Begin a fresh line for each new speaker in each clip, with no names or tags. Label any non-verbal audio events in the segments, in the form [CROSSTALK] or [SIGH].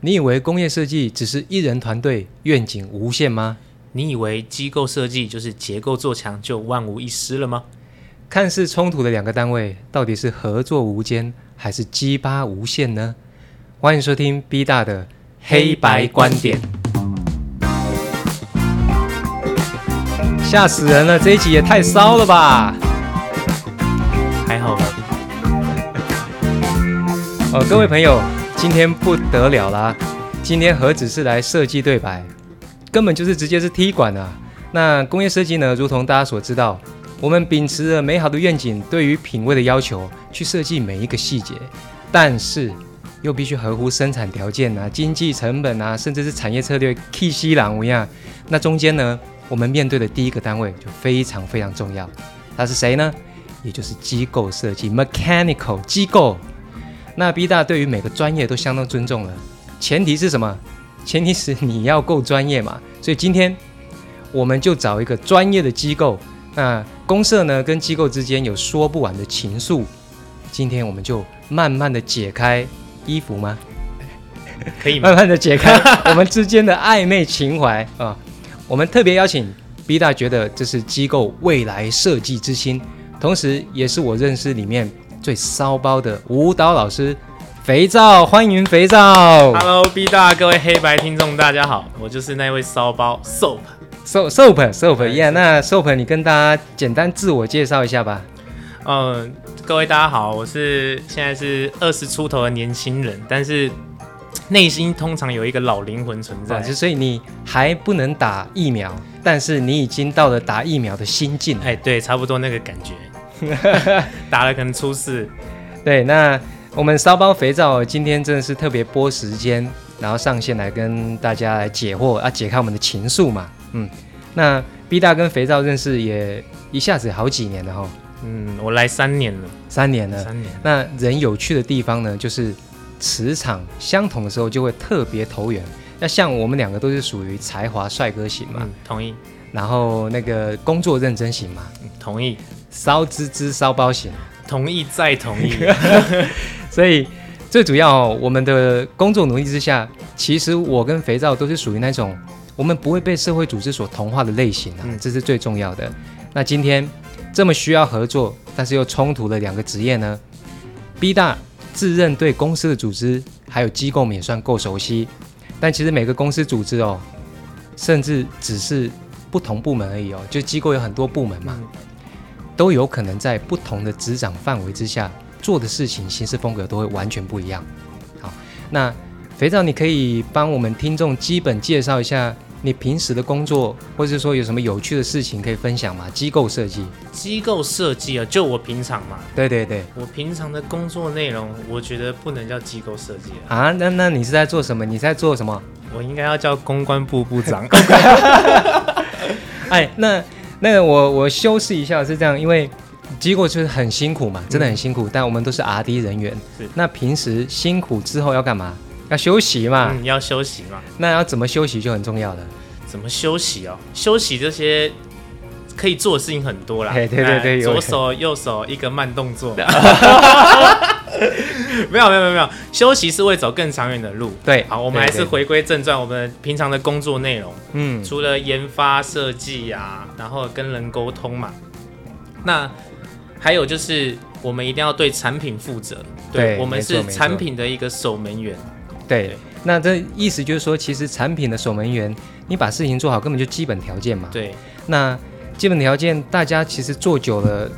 你以为工业设计只是一人团队愿景无限吗？
你以为机构设计就是结构做强就万无一失了吗？
看似冲突的两个单位，到底是合作无间还是鸡巴无限呢？欢迎收听 B 大的黑白观点。吓死人了！这一集也太骚了吧！
还好吧，
哦，各位朋友，今天不得了啦！今天何止是来设计对白，根本就是直接是踢馆啊！那工业设计呢，如同大家所知道，我们秉持着美好的愿景，对于品味的要求，去设计每一个细节，但是又必须合乎生产条件啊、经济成本啊，甚至是产业策略、K 西朗一样。那中间呢，我们面对的第一个单位就非常非常重要，它是谁呢？也就是机构设计 （mechanical） 机构。那 B 大对于每个专业都相当尊重了，前提是什么？前提是你要够专业嘛。所以今天我们就找一个专业的机构，那公社呢跟机构之间有说不完的情愫。今天我们就慢慢的解开衣服吗？
可以吗？
慢慢的解 [LAUGHS] 开我们之间的暧昧情 [LAUGHS] 怀啊。我们特别邀请 B 大，觉得这是机构未来设计之星，同时也是我认识里面最骚包的舞蹈老师肥皂，欢迎肥皂。
Hello B 大，各位黑白听众，大家好，我就是那位骚包 Soap。
So soap soap 耶、yeah,，那 soap 你跟大家简单自我介绍一下吧。
嗯，各位大家好，我是现在是二十出头的年轻人，但是内心通常有一个老灵魂存在。
啊，就所以你还不能打疫苗，但是你已经到了打疫苗的心境。
哎，对，差不多那个感
[LAUGHS]
觉，打了可能出事。
对，那我们骚包肥皂今天真的是特别播时间，然后上线来跟大家来解惑啊，解开我们的情愫嘛。嗯，那 B 大跟肥皂认识也一下子好几年了哈，
嗯，我来三年了，
三年了。
三年了。
那人有趣的地方呢，就是磁场相同的时候就会特别投缘。那像我们两个都是属于才华帅哥型嘛，
嗯，同意，
然后那个工作认真型嘛，
嗯同意，
骚滋滋骚包型，
同意再
[LAUGHS]
同意。
所以最主要、哦，我们的工作努力之下，其实我跟肥皂都是属于那种我们不会被社会组织所同化的类型啊，
嗯
这是最重要的。那今天这么需要合作，但是又冲突的两个职业呢，B 大自认对公司的组织还有机构们也算够熟悉，但其实每个公司组织哦，甚至只是不同部门而已哦，就机构有很多部门嘛，
嗯
都有可能在不同的职掌范围之下做的事情、行事风格都会完全不一样。好，那肥皂，你可以帮我们听众基本介绍一下你平时的工作，或者说有什么有趣的事情可以分享吗？机构设计，
机构设计啊，就我平常嘛，
对对对。
我平常的工作内容，我觉得不能叫机构设计啊，
啊，那那你是在做什么？你在做什么？
我应该要叫公关部
[LAUGHS]
部长。
啊哎，那那我我修饰一下是这样，因为机构就是很辛苦嘛，真的很辛苦，但我们都是 R D 人员
是，
那平时辛苦之后要干嘛？要休息嘛，
嗯，要休息嘛？
那要怎么休息就很重要了。
怎么休息哦？休息这些可以做的事情很多啦。
嘿对对对
哎
有
左手右手一个慢
[LAUGHS]
动作。 [LAUGHS] 没有没有没有没有，休息是为走更长远的路。
对，
好，我们还是回归正传，我们平常的工作内容。
嗯
除了研发设计呀，然后跟人沟通嘛，那还有就是我们一定要对产品负责，
对
我们
没错没
是
错
产品的一个守门员，
对
对。
那这意思就是说，其实产品的守门员，你把事情做好，根本就基本条件嘛。
对，
那基本条件，大家其实做久了，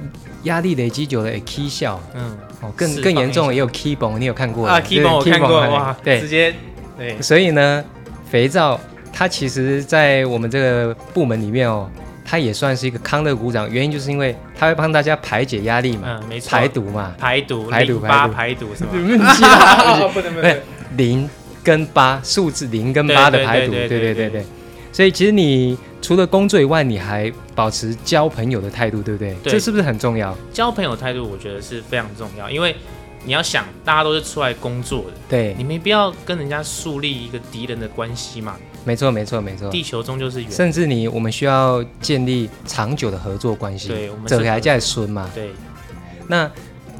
压力累积久了也 k 笑
嗯，
哦，更
释放
更严重
一
了
下
也有 key 崩，你有看过
啊
对
，Key 帮我
key
看过
bone，
哇，
对
直，接对，
所以呢，肥皂它其实，在我们这个部门里面哦，它也算是一个康乐股长，原因就是因为它会帮大家排解压力嘛，
嗯，没错，
排毒
[LAUGHS]
嘛，
排毒
排毒
淋巴
排
排毒是吗？
你们记得
啊不能不
对，零跟八，数字零跟八的
对对
排毒，对对
对对
对
对
对
对
所以其实你除了工作以外，你还保持交朋友的态度，对不对？
对
这是不是很重要？
交朋友态度我觉得是非常重要，因为你要想，大家都是出来工作的，
对
你，没必要跟人家树立一个敌人的关系嘛，
没错，没错，没错。
地球终究是圆的，
甚至你，我们需要建立长久的合作关系，
对我们是
这还在孙嘛？
对，
那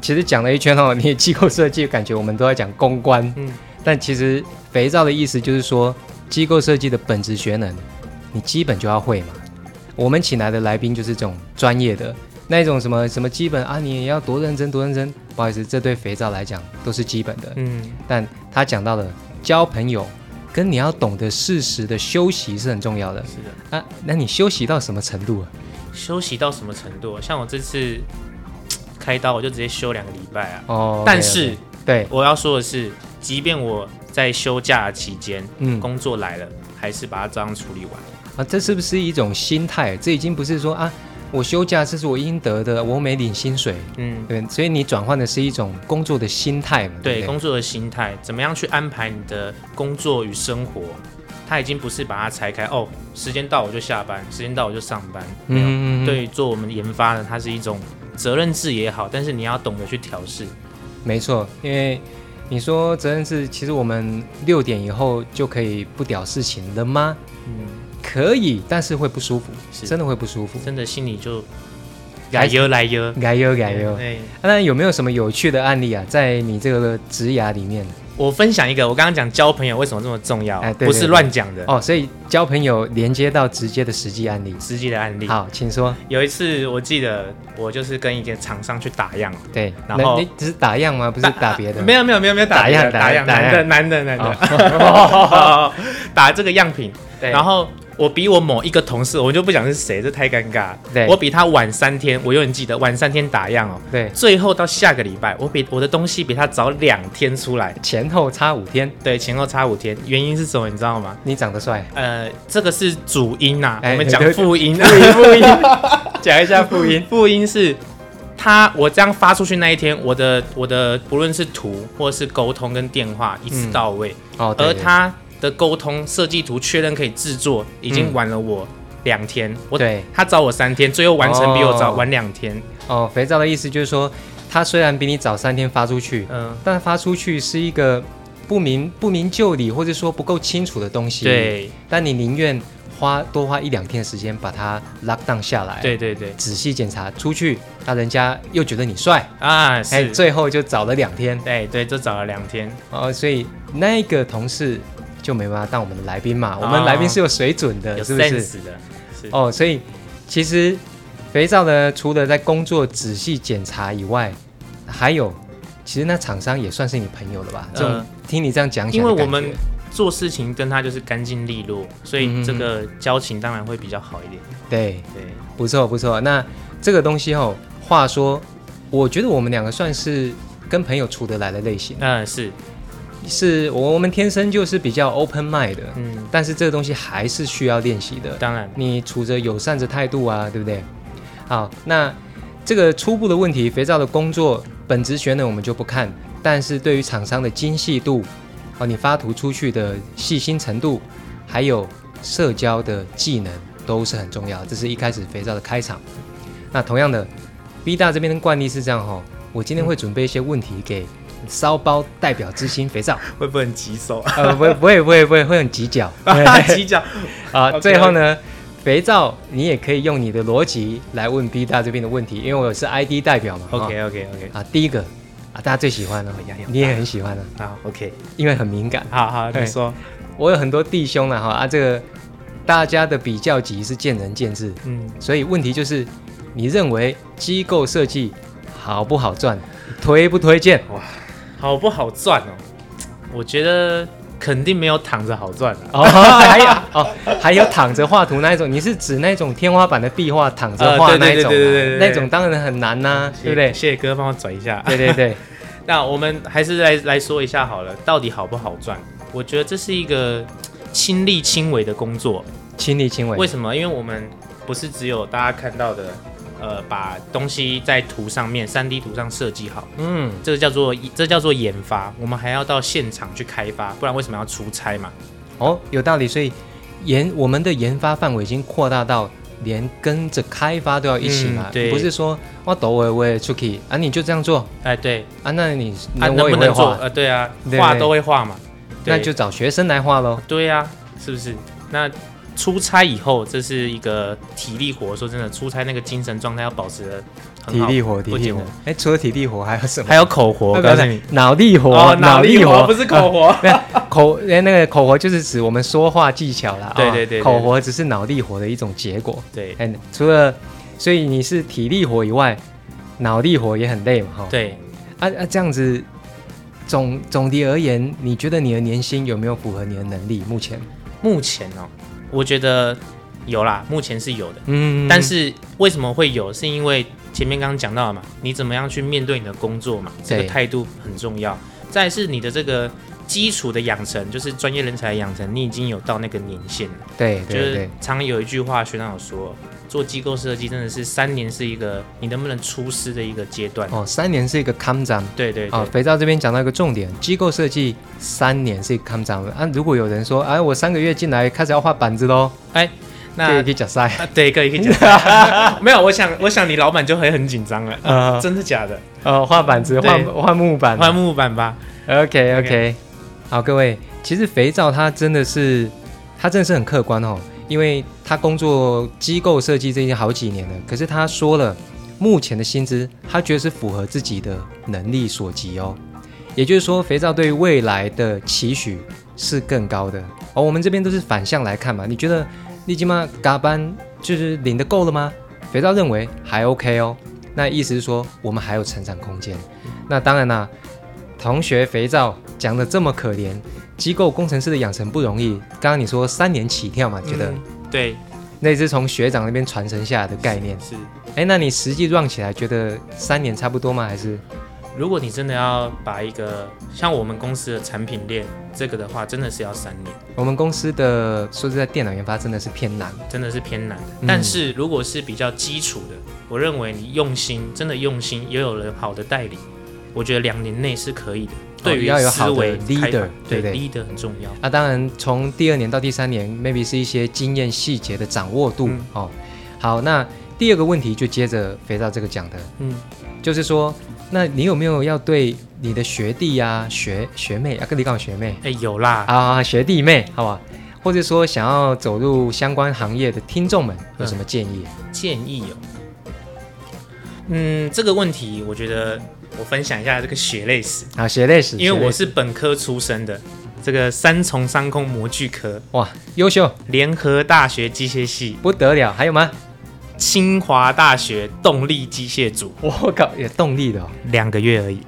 其实讲了一圈哦，你机构设计，感觉我们都在讲公关，
嗯，
但其实肥皂的意思就是说，机构设计的本质学能，你基本就要会嘛。我们请来的来宾就是这种专业的，那一种什么什么基本啊，你也要多认真多认真。不好意思，这对肥皂来讲都是基本的，
嗯，
但他讲到了交朋友，跟你要懂得适时的休息是很重要的
是的。
啊。那你休息到什么程度啊？
休息到什么程度？像我这次开刀，我就直接休两个礼拜啊。
哦，
但
OK，OK
是
对，
我要说的是，即便我在休假期间，
嗯
工作来了，还是把它照样处理完。
啊，这是不是一种心态？这已经不是说啊，我休假这是我应得的，我没领薪水，
嗯，
对，所以你转换的是一种工作的心态嘛？对不
对
对，
工作的心态，怎么样去安排你的工作与生活？它已经不是把它拆开哦，时间到我就下班，时间到我就上班。没
嗯，
有，
嗯，嗯
对于做我们研发呢，它是一种责任制也好，但是你要懂得去调试。
没错，因为你说责任制，其实我们六点以后就可以不屌事情了吗？
嗯，
可以，但是会不舒服，
是
真的会不舒服。
真的心里就来
还是
哟来哟，
改哟改哟，
对，哎
那有没有什么有趣的案例啊？在你这个职涯里面
我分享一个，我刚刚讲交朋友为什么这么重要，
哎对
不
对
是
对
乱讲的，
哦，所以交朋友连接到直接的实际案例。
实际的案例。
好，请说。
有一次我记得我就是跟一个厂商去打样，
对，
然
那
后
你只是打样吗？不是打别的？
没有没有没有没有打
打样
别的
打
打
样
样，
打
男的
样
男的男
哦
[LAUGHS] 的，打这个样品，
对
然后。我比我某一个同事，我就不讲是谁，这太尴尬了。
对
我比他晚三天，我永远记得晚三天打样哦。
对，
最后到下个礼拜，我比我的东西比他早两天出来，
前后差五天，
对，前后差五天。原因是什么？你知道吗？
你长得帅。
呃，这个是主音呐、
哎
我们讲
对对
副音，
复
[LAUGHS]
音，讲一下复音。
复音是他我这样发出去那一天，我的我的不论是图或是沟通跟电话一次到位，
哦，对
而
对
他的沟通设计图确认可以制作，已经晚了我两天，
嗯
我
对
他早我三天，最后完成比我早
哦
晚两天，
哦，肥皂的意思就是说，他虽然比你早三天发出去，
嗯、
但发出去是一个不明不明就里，或者说不够清楚的东西。，
对
但你宁愿花多花一两天时间把它 lock down 下来，，
对对对
仔细检查出去，那人家又觉得你帅，
啊
哎，
是，
最后就找了两天
对对，就找了两天，
哦，所以那个同事就没办法当我们的来宾嘛，我们
哦
来宾是有水准的，
有
呃是不是？
sense 的，是
哦，所以其实肥皂呢，除了在工作仔细检查以外，还有其实那厂商也算是你朋友了吧？这种、
呃
听你这样讲起来
因
的
为
感觉，
我们做事情跟他就是干净利落，所
嗯嗯
以
嗯
这个交情当然会比较好一点。
对
对，
不错不错。那这个东西哦，话说，我觉得我们两个算是跟朋友处得来的类型，
嗯、是，
是我我们天生就是比较 open mind 的，
嗯，
但是这个东西还是需要练习的。
当然，
你处着友善的态度啊，对不对？好，那这个初步的问题，肥皂的工作本质学呢，我们就不看，但是对于厂商的精细度，哦，你发图出去的细心程度，还有社交的技能都是很重要的。这是一开始肥皂的开场。那同样的，B 大这边的惯例是这样哈、哦，我今天会准备一些问题给骚包代表之星肥皂，
会不会很棘 [LAUGHS] 手？
呃，不会不会不会不会会很急脚，
急哎 [LAUGHS] 脚，
啊，
OK，
最后呢，肥皂你也可以用你的逻辑来问 B 大这边的问题，因为我是 ID 代表嘛。哈
OK OK OK，
啊，第一个啊，大家最喜欢的、
哎呀呀
你也很喜欢的、
好 OK，
因为很敏感。
好好，
哎
你说，
我有很多弟兄了哈啊，这个大家的比较级是见仁见智，
嗯，
所以问题就是你认为机构设计好不好赚，推不推荐？
好不好赚哦？我觉得肯定没有躺着好赚啊。 [LAUGHS]
哦，还有哦，还有躺着画图那一种，你是指那种天花板的壁画躺着
呃
画
对
那
对
一种啊、
对对对对嗯对
那种当然很难呐、对不对？
谢谢哥帮我转一 [LAUGHS] 下。
对对对，
那我们还是来来说一下好了，到底好不好赚？我觉得这是一个亲力亲为的工作，
亲力亲为。
为什么？因为我们不是只有大家看到的，呃，把东西在图上面3 D 图上设计好，
嗯，
这个叫做这叫做研发，我们还要到现场去开发，不然为什么要出差嘛？
哦，有道理。所以研我们的研发范围已经扩大到连跟着开发都要一起嘛，
嗯对
不是说我抖我我也出去啊，你就这样做
哎，对，
啊，那你
啊，
那我
能
也
不
会
能做？
画，
呃，对啊
对，对
画都会画嘛，对
那就找学生来画喽。
对啊，是不是？那出差以后，这是一个体力活，说真的，出差那个精神状态要保持的很
体
好
力活，体
不
力
仅
活。哎，除了体力活还有什么？
还有口活，
啊 [LAUGHS]
我
不要
告诉
讲
你，
脑力活
哦，，脑力
活啊
活不是口活，
没有口哎那个口活就是指我们说话技巧啦。
对
哦
对对对
口活只是脑力活的一种结果。
对
哎，除了所以你是体力活以外，脑力活也很累嘛哈。
对，
啊啊，这样子总总的而言，你觉得你的年薪有没有符合你的能力？目前，
目前哦，我觉得有啦，目前是有的。
嗯
但是为什么会有？是因为前面刚刚讲到了嘛，你怎么样去面对你的工作嘛，这个
对
态度很重要。再来是你的这个基础的养成，就是专业人才的养成，你已经有到那个年限了。
对
就
对
是
对，
常有一句话，学长有说，做机构设计真的是三年是一个你能不能出师的一个阶段。
哦，三年是一个康展。
对对对，
啊，肥皂这边讲到一个重点，机构设计三年是一个康展啊。如果有人说，哎，我三个月进来开始要画板子喽，这
那
个可以假赛。
啊对，可以可以
[LAUGHS]
讲。没有，我想我想你老板就会很紧张了。
呃
真的假的？
呃，画板子，
对
换换木板啊，
换木板吧。
OK OK，,
OK
好，各位，其实肥皂它真的是，它真的是很客观哦，因为他工作机构设计这已经好几年了，可是他说了，目前的薪资他觉得是符合自己的能力所及哦，也就是说，肥皂对未来的期许是更高的。哦，我们这边都是反向来看嘛，你觉得利基妈嘎班就是领的够了吗？肥皂认为还 OK 哦，那意思是说我们还有成长空间。那当然啦、同学肥皂讲的这么可怜，机构工程师的养成不容易。刚刚你说三年起跳嘛，觉得、
嗯对
那是从学长那边传承下来的概念。
是。
哎，那你实际 run 起来，觉得三年差不多吗？还是
如果你真的要把一个像我们公司的产品链这个的话，真的是要三年，
我们公司的说实在，电脑研发真的是偏难。
真的是偏难的。
嗯
但是如果是比较基础的，我认为你用心，真的用心，也有了好的代理，我觉得两年内是可以的。对于
哦要有好的
思维
leader，
开发
对
对
不对
leader 很重要。
啊，当然从第二年到第三年，maybe 是一些经验细节的掌握度、
嗯
哦。好，那第二个问题就接着肥皂这个讲的，
嗯，
就是说，那你有没有要对你的学弟呀、学学妹啊，跟你讲学妹，
哎、有啦，
啊，学弟妹，好吧，或者说想要走入相关行业的听众们，有
嗯
什么建议？
建议哦。嗯，这个问题我觉得我分享一下这个血泪史，
啊，学类史，
因为我
学
是本科出身的，这个三重商空模具科。
类哇，优秀
联合大学机械系、
不得了，还有吗？
清华大学动力机械组，
我靠，有动力的、哦。
两个月而 [LAUGHS] 已。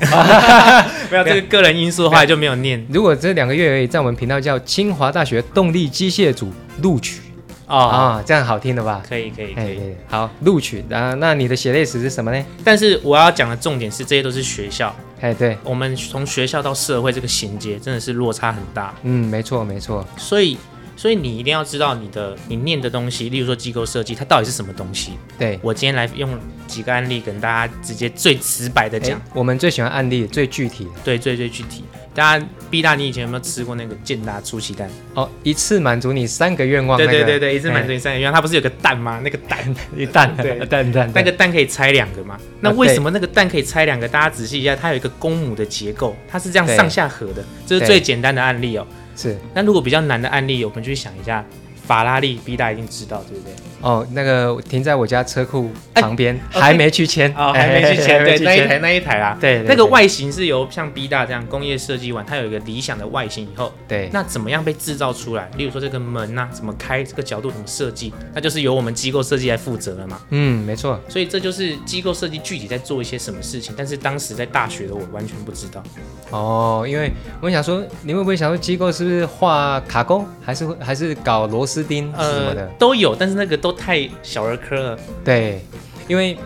没有这个个人因素的话就没有念
如果这两个月而已，在我们频道叫清华大学动力机械组录取
哦。
啊，这样好听的吧？
可以可以可
哎
以，，
好，录取啊，那你的血泪史是什么呢？
但是我要讲的重点是，这些都是学校，
哎，对，
我们从学校到社会这个衔接真的是落差很大，
嗯，没错，没错，
所以所以你一定要知道你的你念的东西，例如说机构设计，它到底是什么东西。
对。
我今天来用几个案例跟大家直接最直白的讲
哎，，我们最喜欢案例最具体的
对，最最具体。大家毕大，你以前有没有吃过那个健达出奇蛋？
哦，一次满足你三个愿望、那
对
个。
对对对，一次满足
哎
你三个愿望，它不是有个蛋吗？那个蛋，
[LAUGHS] 一蛋，
对
蛋蛋蛋
[LAUGHS] 那个蛋可以拆两个嘛？那
啊
为什么那个蛋可以拆两个？大家仔细一下，它有一个公母的结构，它是这样
对
上下合的，这是
对
最简单的案例哦。
是
那如果比较难的案例，我们去想一下，法拉利，毕大一定知道，对不对？
哦，那个停在我家车库
哎
旁边，
哦
还没去签，哎
哦，还没去签，
还没
对，
去
那一
签
台那一台啦。
对对
那个
对
外形是由像 B 大这样工业设计完，它有一个理想的外形以后，
对，
那怎么样被制造出来？例如说这个门呐、怎么开，这个角度怎么设计，那就是由我们机构设计来负责了嘛。
嗯，没错，
所以这就是机构设计具体在做一些什么事情，但是当时在大学的我完全不知道。
哦，因为我想说，你会不会想说机构是不是画卡工，还是还是搞螺丝钉什么的？
呃都有，但是那个都太小儿科了。
对，因为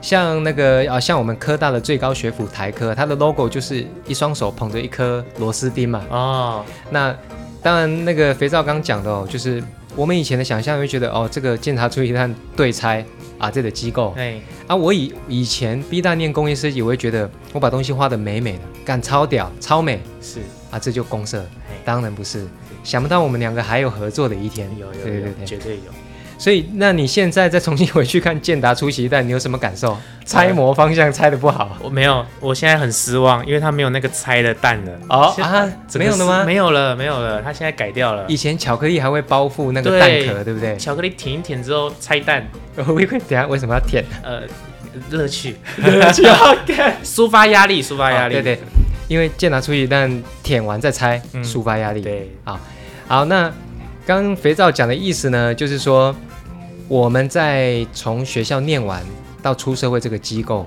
像那个啊，像我们科大的最高学府台科，它的 logo 就是一双手捧着一颗螺丝钉嘛，
哦，
那当然，那个肥皂刚讲的哦，就是我们以前的想象会觉得哦，这个监察处一旦对拆啊，这个机构
哎，
啊，我以以前 B 大念工业设计，我会觉得我把东西画的美美的，干超屌超美
是，
啊，这就公社
哎，
当然不是，想不到我们两个还有合作的一天，
有有
对对
有，
对对，
绝对有。
所以那你现在再重新回去看建达出奇蛋，你有什么感
[LAUGHS]
受？猜模方向猜的不好
我没有，我现在很失望，因为它没有那个拆的蛋了。
哦
现在
啊，
整
没有
个
了
是
吗？
没有了，没有了，它现在改掉了。
以前巧克力还会包覆那个蛋
对 [LAUGHS]
壳，对不对？
巧克力舔一舔之后拆蛋，
我会等一下为什么要舔？
呃，乐趣， [LAUGHS]
要干。
抒发压力，抒发压力，
哦啊对对，因为剑拿出去，但舔完再拆，
嗯
抒发压力。
对
好，那刚刚肥皂讲的意思呢，就是说我们在从学校念完到出社会这个机构，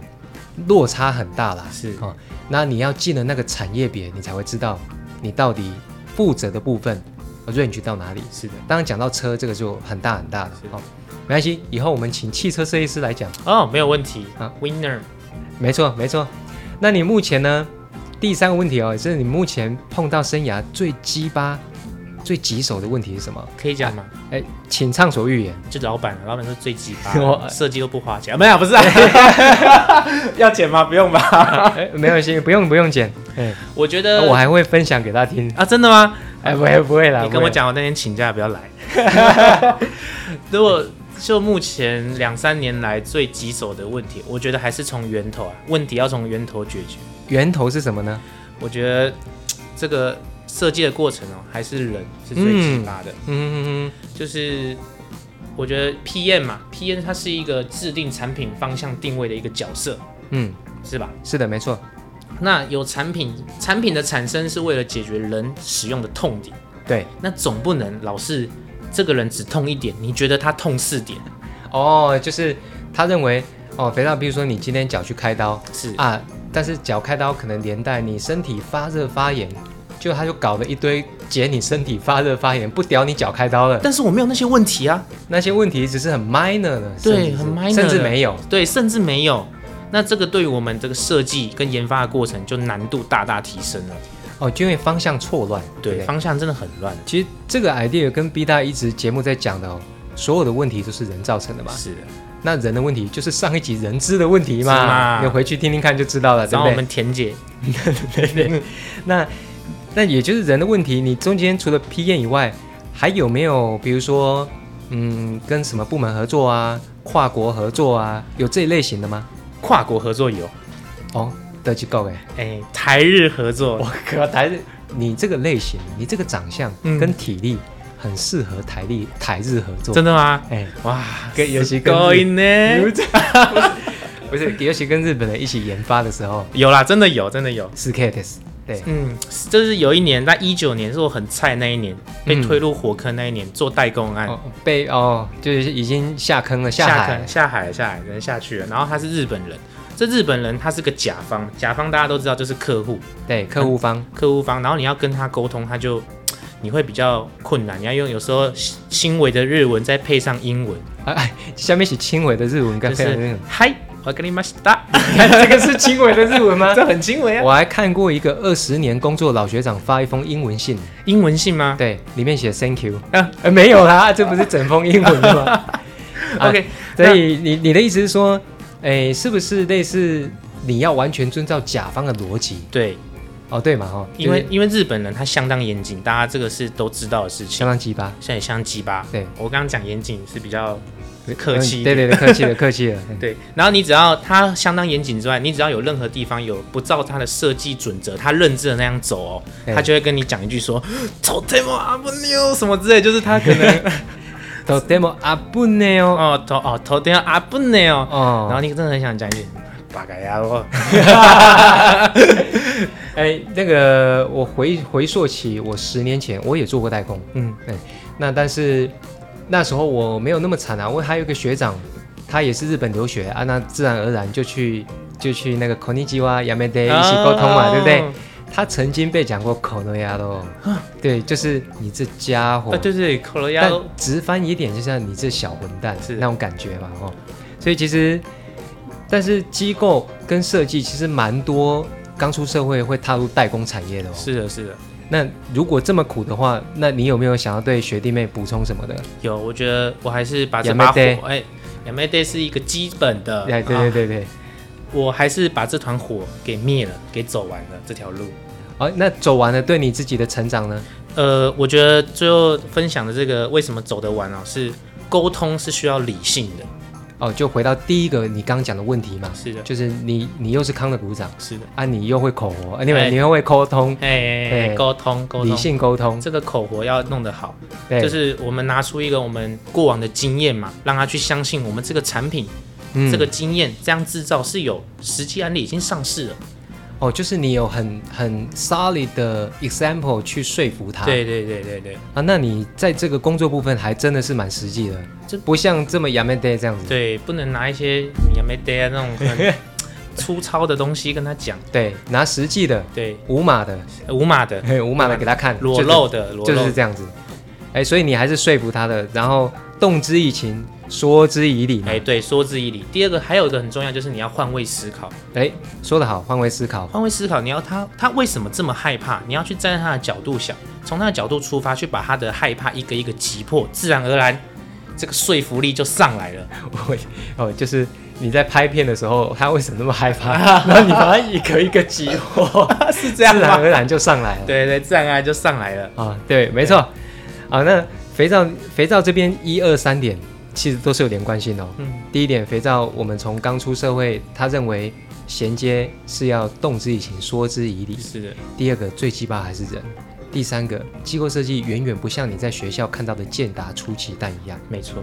落差很大啦。
是
哦，那你要进了那个产业别，你才会知道你到底负责的部分呃 range 到哪里。
是的。
当然讲到车这个就很大很大了
是。
哦，没关系，以后我们请汽车设计师来讲。
哦，没有问题
啊
，Winner
没错，没错。那你目前呢？第三个问题哦，也是你目前碰到生涯最鸡巴、最棘手的问题是什么？
可以讲吗？
哎，请畅所欲 [LAUGHS] 言。
就老板啊，老板说最鸡
[LAUGHS] 我
巴，设计都不花钱，啊没有，
[LAUGHS]
不是啊， [LAUGHS] 要剪吗？不用吧。
哎没有系，不用不用剪， [LAUGHS] 哎，
我觉
那
得
我还会分享给他听。
啊，真的吗？
[LAUGHS] 哎，不会不会啦，
你
不
跟
会
我讲，我那天请假不要来。
[LAUGHS]
[LAUGHS] 如果就目前两三年来最棘手的问题，我觉得还是从源头啊，问题要从源头解决。
源头是什么呢？
我觉得嘖这个设计的过程哦，还是人是最激发的。
嗯嗯
就是我觉得 PM 嘛，PM 它是一个制定产品方向定位的一个角色，
嗯嗯，
是吧？
是的，没错。
那有产品，产品的产生是为了解决人使用的痛点。
对，
那总不能老是这个人只痛一点，你觉得他痛四点
哦，就是他认为哦，肥皂，比如说你今天脚去开刀
是
啊，但是脚开刀可能连带你身体发热发炎，就他就搞了一堆解你身体发热发炎，不屌你脚开刀了。
但是我没有那些问题啊，
那些问题只是很 minor 的，
对
甚至是
很 minor
甚至
的
没有。
对，甚至没有。那这个对于我们这个设计跟研发的过程就难度大大提升了，
哦，就因为方向错乱。
对，
不
方向真的很乱。
其实这个 idea 跟 B 大一直节目在讲的哦，所有的问题都是人造成的嘛。
是的，
那人的问题就是上一集人知的问题
是
嘛，
嘛
你回去听听看就知道了，对
然
不
后我
对？
们田姐 [LAUGHS]
那那也就是人的问题，你中间除了批验以外，还有没有比如说，嗯，跟什么部门合作啊，跨国合作啊，有这一类型的吗？
跨国合作有，
哦，德基够哎，
哎，台日合作
我靠，台日，你这个类型，你这个长相
嗯
跟体力，很适合台力台日合作，
真的吗？
哎，
哇，
跟尤其跟
高
日
音呢？
不是，尤其跟日本人一起研发的时候，
有啦，真的有，真的有。
是 k a t s 对，
嗯，这是有一年，在一九年是我很菜那一年，被推入火坑那一年做代工案，
嗯哦，被哦，就是已经下坑了，下海
坑嗯下海下海人下去了。然后他是日本人，这日本人他是个甲方，甲方大家都知道就是客户，
对，客户方，
客户方。然后你要跟他沟通，他就你会比较困难，你要用有时候新新维的日文再配上英文，
哎、哎，下面写轻微的日文，
嗯就
跟非常那
是 [LAUGHS]
种，
嗨，我跟你马西达，
这个是轻微的日文吗？
这很轻微啊。
我还看过一个二十年工作老学长发一封英文信，
英文信吗？
对，里面写 Thank you，
啊
呃，没有啦，这不是整封英文
[LAUGHS]
的吗？啊
OK，
所以你你的意思是说，哎，是不是类似你要完全遵照甲方的逻辑？
对，
哦，对嘛，哦，
因为
就是
因为日本人他相当严谨，大家这个是都知道的事情。
相当鸡巴，
像像鸡巴。
对
我刚刚讲严谨是比较客气
嗯
一
对
点
对对，客气了，客
[LAUGHS]
气了，嗯
对，然后你只要它相当严谨之外，你只要有任何地方有不照它的设计准则，他认知的那样走哦，
对
他就会跟你讲一句说“丑天猫阿不妞”什么之类，就
[LAUGHS]
是他可能
とても危ない
[LAUGHS]
よ。
哦头哦头天阿不妞哦，然后
哦，
你真的很想讲一句“八嘎呀哦
哎，那个我回回溯起我十年前我也做过代工，”，
嗯，
那但是那时候我没有那么惨啊，我还有一个学长，他也是日本留学啊，那自然而然就去就去那个 k o n i j i w a y a m e
啊
d 一起沟通嘛，对不对？他曾经被讲过 k o n o y a o 对，就是你这家伙
啊，，对对，口了呀
但，直翻一点，就像你这小混蛋
是
那种感觉嘛，哦。所以其实，但是机构跟设计其实蛮多刚出社会会踏入代工产业的哦。
是的，是的，
那如果这么苦的话，那你有没有想要对学弟妹补充什么
[LAUGHS]
的？
有，我觉得我还是把这
や
把
め
火
て，
哎，亚美 day 是一个基本的，
哎，对
啊
对对对。
我还是把这团火给灭了，给走完了这条路。
哦，那走完了，对你自己的成长呢？
呃，我觉得最后分享的这个为什么走得完哦，是沟通是需要理性的，
哦，就回到第一个你刚刚讲的问题嘛，
是的，
就是你你又是康的鼓掌
是的，
啊，你又会口活，啊，你们
哎
你又会沟通，
哎、
对
沟通沟
理
通，
性沟通，
这个口活要弄得好，
对，
就是我们拿出一个我们过往的经验嘛，让他去相信我们这个产品
嗯
这个经验，这样制造是有实际案例已经上市了。
哦，就是你有很很 solid 的 example 去说服他。
对对对对对
啊，那你在这个工作部分还真的是蛮实际的，
这
不像这么 y a m a d a 这样子。
对，不能拿一些也没得啊那种很粗糙的东西跟他讲。
对，拿实际的
对，
无码的，
呃无码的、
嘿，无码的给他看，
裸
就是
露的、裸
就
露
是
的，
这样子。哎，所以你还是说服他的，然后动之以情，说之以理嘛。
哎，对，说之以理。第二个还有一个很重要，就是你要换位思考。
哎，说得好，换位思考。 [LAUGHS]
换位思考，你要他他为什么这么害怕？你要去站在他的角度想，从他的角度出发，去把他的害怕一个一个击破，自然而然这个说服力就上来 [LAUGHS] 了。
我哦，就是你在拍片的时候，他为什么那么害
[LAUGHS]
怕？然后你把他一个一个击破，
是啊
自
这样
然
吗？
而然就上来了。
对对，自然而然就上来了。
啊，对，没错。啊，那肥皂肥皂这边一二三点其实都是有连贯性的哦。
嗯，
第一点，肥皂我们从刚出社会，他认为衔接是要动之以情，说之以理。
是的，
第二个最鸡巴还是人。第三个，机构设计远远不像你在学校看到的健达出奇蛋一样
没错。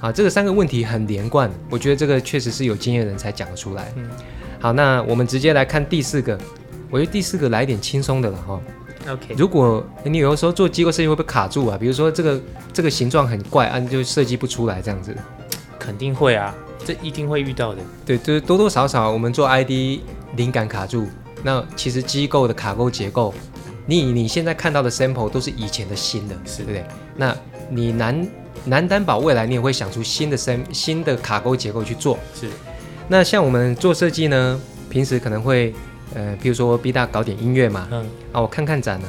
啊！这个三个问题很连贯，我觉得这个确实是有经验的人才讲得出来。
嗯
好，那我们直接来看第四个，我觉得第四个来一点轻松的了哈、
OK，
如果你有的时候做机构设计会不会卡住啊？比如说这个这个形状很怪，啊，你就设计不出来这样子。
肯定会啊，这一定会遇到的。
对，就是多多少少我们做 ID 灵感卡住，那其实机构的卡构结构，你你现在看到的 sample 都是以前的新的，
是
对不对？那你难难担保未来你也会想出新的 sam 新的卡构结构去做。
是，
那像我们做设计呢，平时可能会呃，譬如说 B 大搞点音乐嘛，
嗯，
啊，我看看展啊，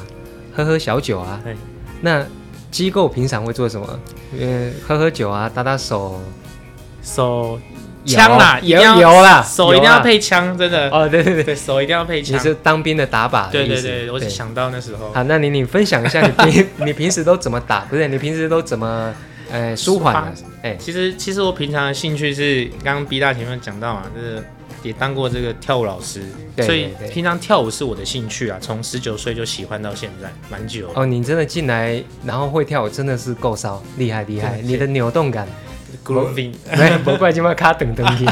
喝喝小酒啊
对。
那机构平常会做什么？呃，喝喝酒啊，打打手，
手
摇
枪啦一
摇
定要
摇啦，
手一定要配枪，真
摇
的。
啦。哦，对对对，
对，手一定要配
啊你
枪。
是当兵的打靶的
对
意
对
思。
对，我只想到那时候。
好，那你你分享一下你平 [LAUGHS] 你平时都怎么打？不是，你平时都怎么呃舒缓的？哎，
其实其实我平常的兴趣是刚刚 B 大前面讲到嘛，就是也当过这个跳舞老师，
对
所以
对对
平常跳舞是我的兴趣啊，从十九岁就喜欢到现在，蛮久了。
哦，你真的进来，然后会跳舞，真的是够骚，厉害厉害！
对
你的扭动感，
Grooving， [LAUGHS]
对，不怪今晚卡等等你。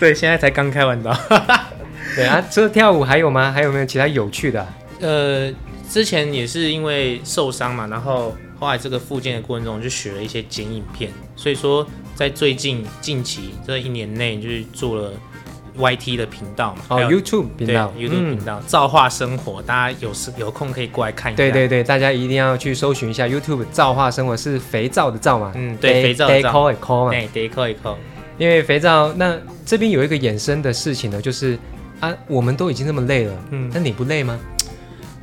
对，现在才刚开完刀。
[LAUGHS] 对啊，除了跳舞还有吗？还有没有其他有趣的啊？
呃，之前也是因为受伤嘛，然后后来这个复健的过程中，我就学了一些剪影片，所以说在最近近期这一年内，就是做了 YT 的频道嘛，
哦
还有
，YouTube 频
对
道嗯
YouTube 频道、造化生活，大家有时有空可以过来看一下。
对对对，大家一定要去搜寻一下 YouTube“ 造化生活”是肥皂的皂嘛？
嗯对
Day-
肥皂的皂
Day call it call 嘛。
哎，得扣一扣，
因为肥皂，那这边有一个衍生的事情呢，就是啊，我们都已经那么累了，
嗯
那你不累吗？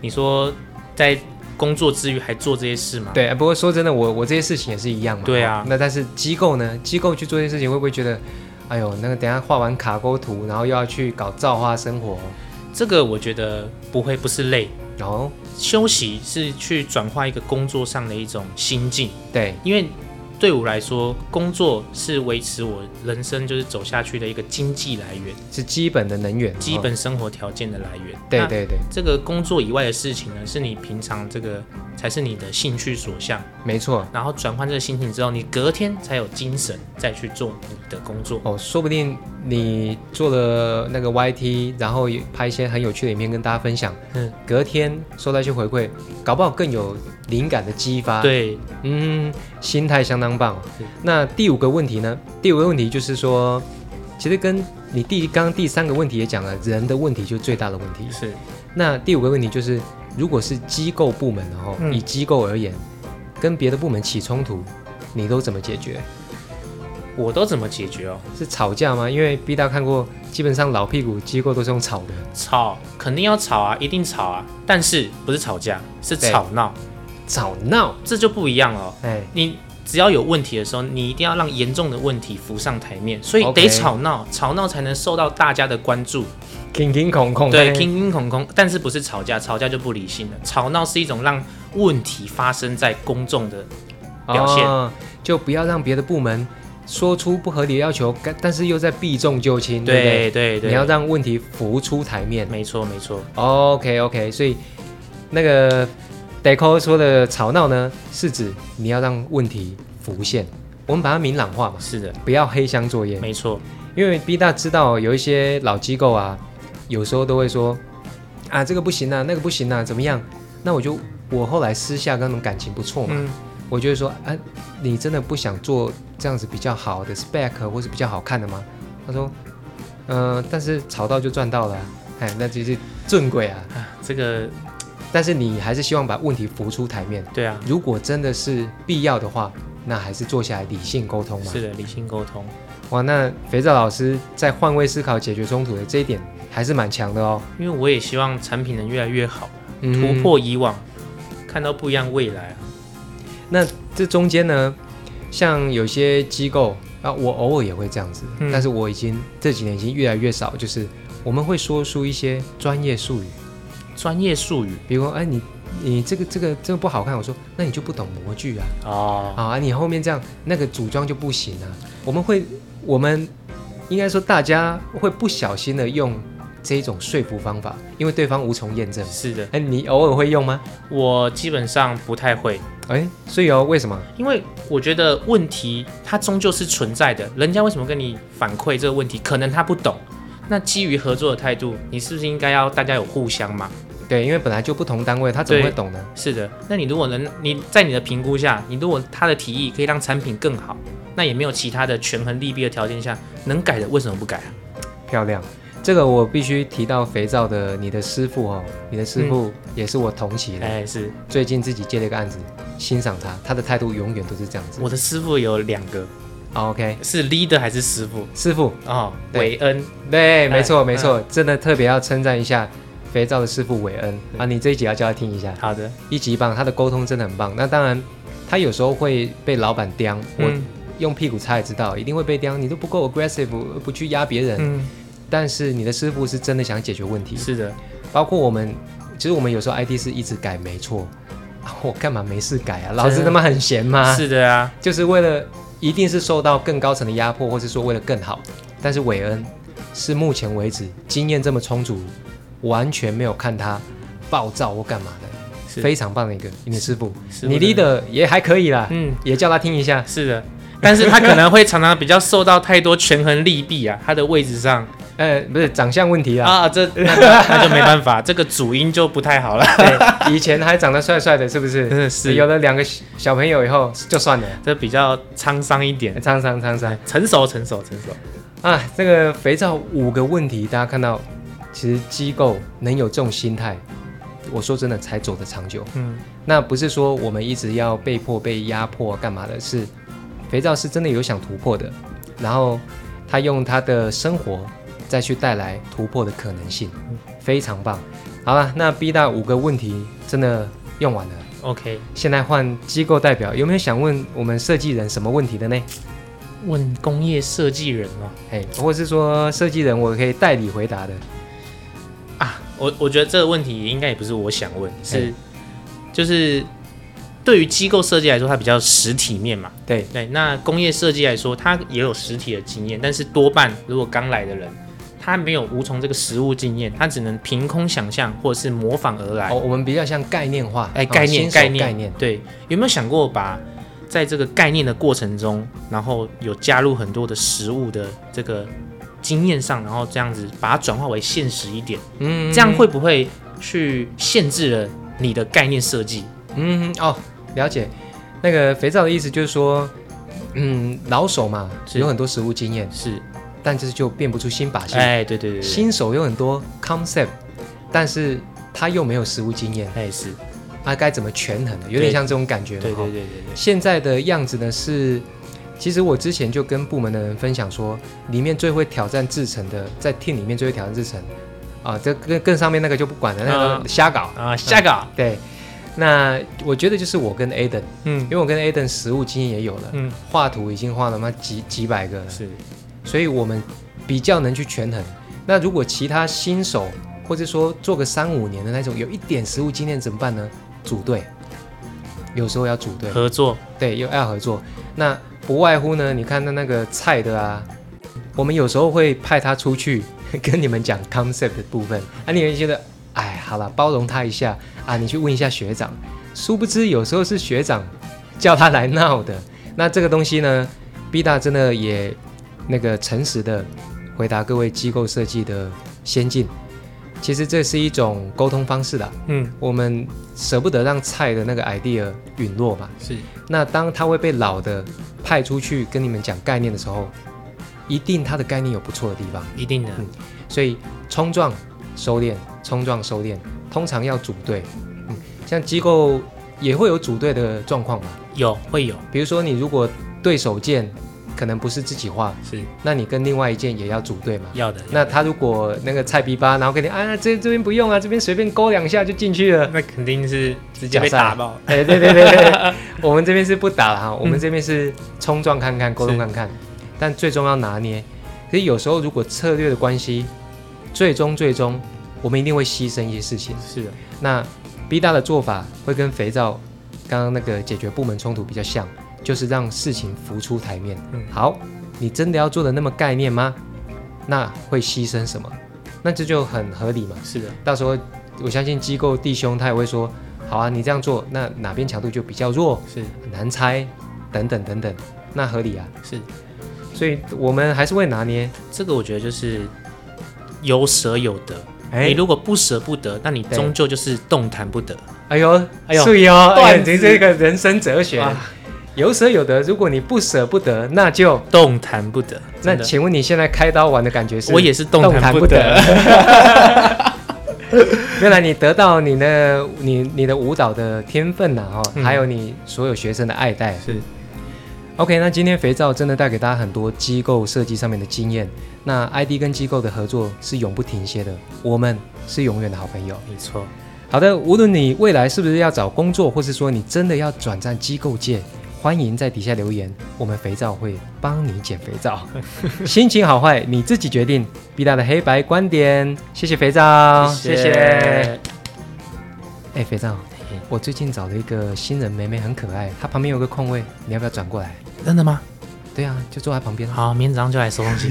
你说在工作之余还做这些事吗？
对，啊不过说真的，我我这些事情也是一样嘛。
对啊
那但是机构呢？机构去做这些事情，会不会觉得，哎呦，那个等一下画完卡勾图，然后又要去搞造化生活，
这个我觉得不会，不是累，
然后
休息是去转化一个工作上的一种心境，
对，
因为对我来说，工作是维持我人生就是走下去的一个经济来源，
是基本的能源，
基
哦。
本生活条件的来源。
对
那
对对，
这个工作以外的事情呢，是你平常这个才是你的兴趣所向，
没错。
然后转换这个心情之后，你隔天才有精神再去做你的工作。
哦，说不定你做了那个 YT，然后也拍一些很有趣的影片跟大家分享，
嗯，
隔天收到一些回馈，搞不好更有灵感的激发。，
对，
嗯，心态相当棒
是。
那第五个问题呢？第五个问题就是说，其实跟你第刚刚第三个问题也讲了，人的问题就是最大的问题。
是
那第五个问题就是，如果是机构部门的话，
嗯
以机构而言，跟别的部门起冲突，你都怎么解决？
我都怎么解决哦？
是吵架吗？因为 B 大看过，基本上老屁股机构都是用吵的。
吵肯定要吵啊，一定吵啊，但是不是吵架，是
对
吵闹，
吵闹，
这就不一样了哦。
哎，
你只要有问题的时候，你一定要让严重的问题浮上台面，所以
OK
得吵闹吵闹才能受到大家的关注。
挺挺恐恐，
对，
哎
听听孔孔，但是不是吵架，吵架就不理性了。吵闹是一种让问题发生在公众的，表现
哦就不要让别的部门说出不合理的要求，但但是又在避重就轻，对不
对对对，
你要让问题浮出台面。
没错没错，
OK OK，所以那个 Deco 说的吵闹呢，是指你要让问题浮现，我们把它明朗化嘛，
是的，
不要黑箱作业。
没错，
因为 B 大知道有一些老机构啊，有时候都会说啊这个不行啊，那个不行啊，怎么样？那我就我后来私下跟他们感情不错嘛，
嗯，
我就会说啊，你真的不想做这样子比较好的 spec 或是比较好看的吗？他说，呃，但是炒到就赚到了啊、哎，那就是正轨啊。
啊这个
但是你还是希望把问题浮出台面。
对啊，
如果真的是必要的话，那还是坐下来理性沟通嘛。
是的，理性沟通，
哇，那肥皂老师在换位思考解决冲突的这一点还是蛮强的哦，
因为我也希望产品能越来越好，突
嗯
破以往，看到不一样未来啊。
这中间呢，像有些机构啊，我偶尔也会这样子，
嗯
但是我已经这几年已经越来越少，就是我们会说出一些专业术语，
专业术语
比如说，哎，你你这个这个这个不好看，我说那你就不懂模具啊，
哦，
啊，你后面这样那个组装就不行啊，我们会我们应该说大家会不小心的用这一种说服方法，因为对方无从验证。
是的，
哎，你偶尔会用吗？
我基本上不太会，
哎，所以哦，为什么？
因为我觉得问题它终究是存在的，人家为什么跟你反馈这个问题，可能他不懂。那基于合作的态度，你是不是应该要大家有互相嘛？
对，因为本来就不同单位，他怎么
对
会懂呢？
是的，那你如果能你在你的评估下，你如果他的提议可以让产品更好，那也没有其他的权衡利弊的条件下，能改的为什么不改啊？
漂亮。这个我必须提到肥皂的你的师傅哦，你的师傅也是我同期的，
哎、是
最近自己接了一个案子，欣赏他，他的态度永远都是这样子。
我的师傅有两个，
好 OK，
是 leader 还是师傅？
师傅，
哦，
对
韦恩，
对，没错
哎
没错，真的特别要称赞一下肥皂的师傅韦恩啊，你这一集要叫他听一下，
好的，
一级棒，他的沟通真的很棒。那当然，他有时候会被老板刁，我
嗯
用屁股擦也知道，一定会被刁，你都不够 aggressive，不去压别人。
嗯，
但是你的师傅是真的想解决问题，
是的，
包括我们，其实我们有时候 IT 是一直改，没错。啊、我干嘛没事改啊？老子他妈很闲吗？
是的啊，
就是为了一定是受到更高层的压迫，或是说为了更好。但是韦恩是目前为止经验这么充足，完全没有看他暴躁或干嘛的，
是
非常棒的一个你的师傅，
师傅
你
真
leader 也还可以啦，
嗯，
也叫他听一下。
是的，但是他可能会常常比较受到太多权衡利弊啊，他的位置上
呃，不是长相问题啊，
啊，这那那就没办 [LAUGHS] 法，这个主因就不太好了。
对， [LAUGHS] 以前还长得帅帅的，是不是？
嗯，
有了两个小小朋友以后就算了，
这比较沧桑一点，
沧桑沧桑。
成熟成熟成熟。
啊，这个肥皂五个问题，大家看到，其实机构能有这种心态，我说真的才走得长久。
嗯，
那不是说我们一直要被迫被压迫干嘛的，是肥皂是真的有想突破的，然后他用他的生活再去带来突破的可能性，非常棒。好了，那 B 大五个问题真的用完了，
OK，
现在换机构代表，有没有想问我们设计人什么问题的呢？
问工业设计人哦
哎，或是说设计人，我可以代理回答的。
啊，我我觉得这个问题应该也不是我想问，是就是对于机构设计来说，它比较实体面嘛。
对，
对，那工业设计来说，它也有实体的经验，但是多半如果刚来的人，他没有无从这个实物经验，他只能凭空想象或者是模仿而来。
哦，我们比较像概念化，
哎，
哦
概念、
新手
概念
概念，
对，有没有想过把在这个概念的过程中，然后有加入很多的实物的这个经验上，然后这样子把它转化为现实一点，
嗯
这样会，不会去限制了你的概念设计？
嗯，哦，了解。那个肥皂的意思就是说，嗯，老手嘛，
是
有很多实务经验，
是，
但就是就变不出新把戏。
哎，对对对对对，
新手有很多 concept，但是他又没有实务经验，
哎是，
他该怎么权衡呢？有
对
点像这种感觉
对
嘛。哦
对
哈
对对对，
现在的样子呢是，其实我之前就跟部门的人分享说，里面最会挑战制程的，在 team 里面最会挑战制程，啊，这跟跟上面那个就不管了，那个
嗯
瞎搞。
啊，下个，
对，那我觉得就是我跟 Aden，
嗯
因为我跟 Aden 实务经验也有了，
嗯，
画图已经画了嘛几几百个了，
是，
所以我们比较能去权衡。那如果其他新手或者说做个三五年的那种，有一点实务经验怎么办呢？组队，有时候要组队，
合作，
对，又要合作。那不外乎呢，你看那那个菜的啊，我们有时候会派他出去 [LAUGHS] 跟你们讲 concept 的部分，啊，你们觉得，哎，好了，包容他一下啊，你去问一下学长。殊不知有时候是学长叫他来闹的。那这个东西呢，B 大真的也那个诚实的回答各位机构设计的先进。其实这是一种沟通方式啦，
嗯，
我们舍不得让菜的那个 idea 陨落嘛。
是
那当它会被老的派出去跟你们讲概念的时候，一定它的概念有不错的地方。
一定
嗯
的，
所以冲撞、收敛、冲撞、收敛，通常要组队。嗯，像机构也会有组队的状况嘛。
有会有，
比如说，你如果对手剑可能不是自己画，
是
那你跟另外一件也要组队嘛。
要的。
那他如果那个菜逼吧，然后跟你啊，这这边不用啊，这边随便勾两下就进去了。
那肯定是直接被打爆，
[LAUGHS] 哎，对对对对，我们这边是不打了哈，我们这边是冲撞看看，沟通看看，但最终要拿捏。可是有时候如果策略的关系，最终最终我们一定会牺牲一些事情。
是的，
那 B 大的做法会跟肥皂刚刚那个解决部门冲突比较像，就是让事情浮出台面。
嗯
好，你真的要做的那么概念吗？那会牺牲什么？那这就很合理嘛。
是的，
到时候我相信机构弟兄他也会说，好啊，你这样做，那哪边强度就比较弱，
是
难猜，等等等等，那合理啊。
是。
所以我们还是会拿捏，
这个我觉得就是有舍有得。
哎
你如果不舍不得，那你
对
终究就是动弹不得。
哎呦，
哎呦
注意哦，哎
段
呦，
子
这这个人生哲学
哇，
有舍有得。如果你不舍不得，那就
动弹不得。
那
真的
请问你现在开刀玩的感觉是？
我也是动
动
弹
弹
不
不
得
得。原来你得到你的你你的舞蹈的天分呐、哦，
嗯
还有你所有学生的爱戴。
[LAUGHS] 是
OK，那今天肥皂真的带给大家很多机构设计上面的经验。那 ID 跟机构的合作是永不停歇的，我们是永远的好朋友。
没错，
好的，无论你未来是不是要找工作，或是说你真的要转战机构界，欢迎在底下留言，我们肥皂会帮你减肥皂。心情好坏你自己决定。B 大的黑白观点，谢谢肥皂，哎、肥皂哎
嘿，
我最近找了一个新人妹妹，很可爱，她旁边有个空位，你要不要转过来？
真的吗？
对啊，就坐在旁边。
好，明天早上就来收东西。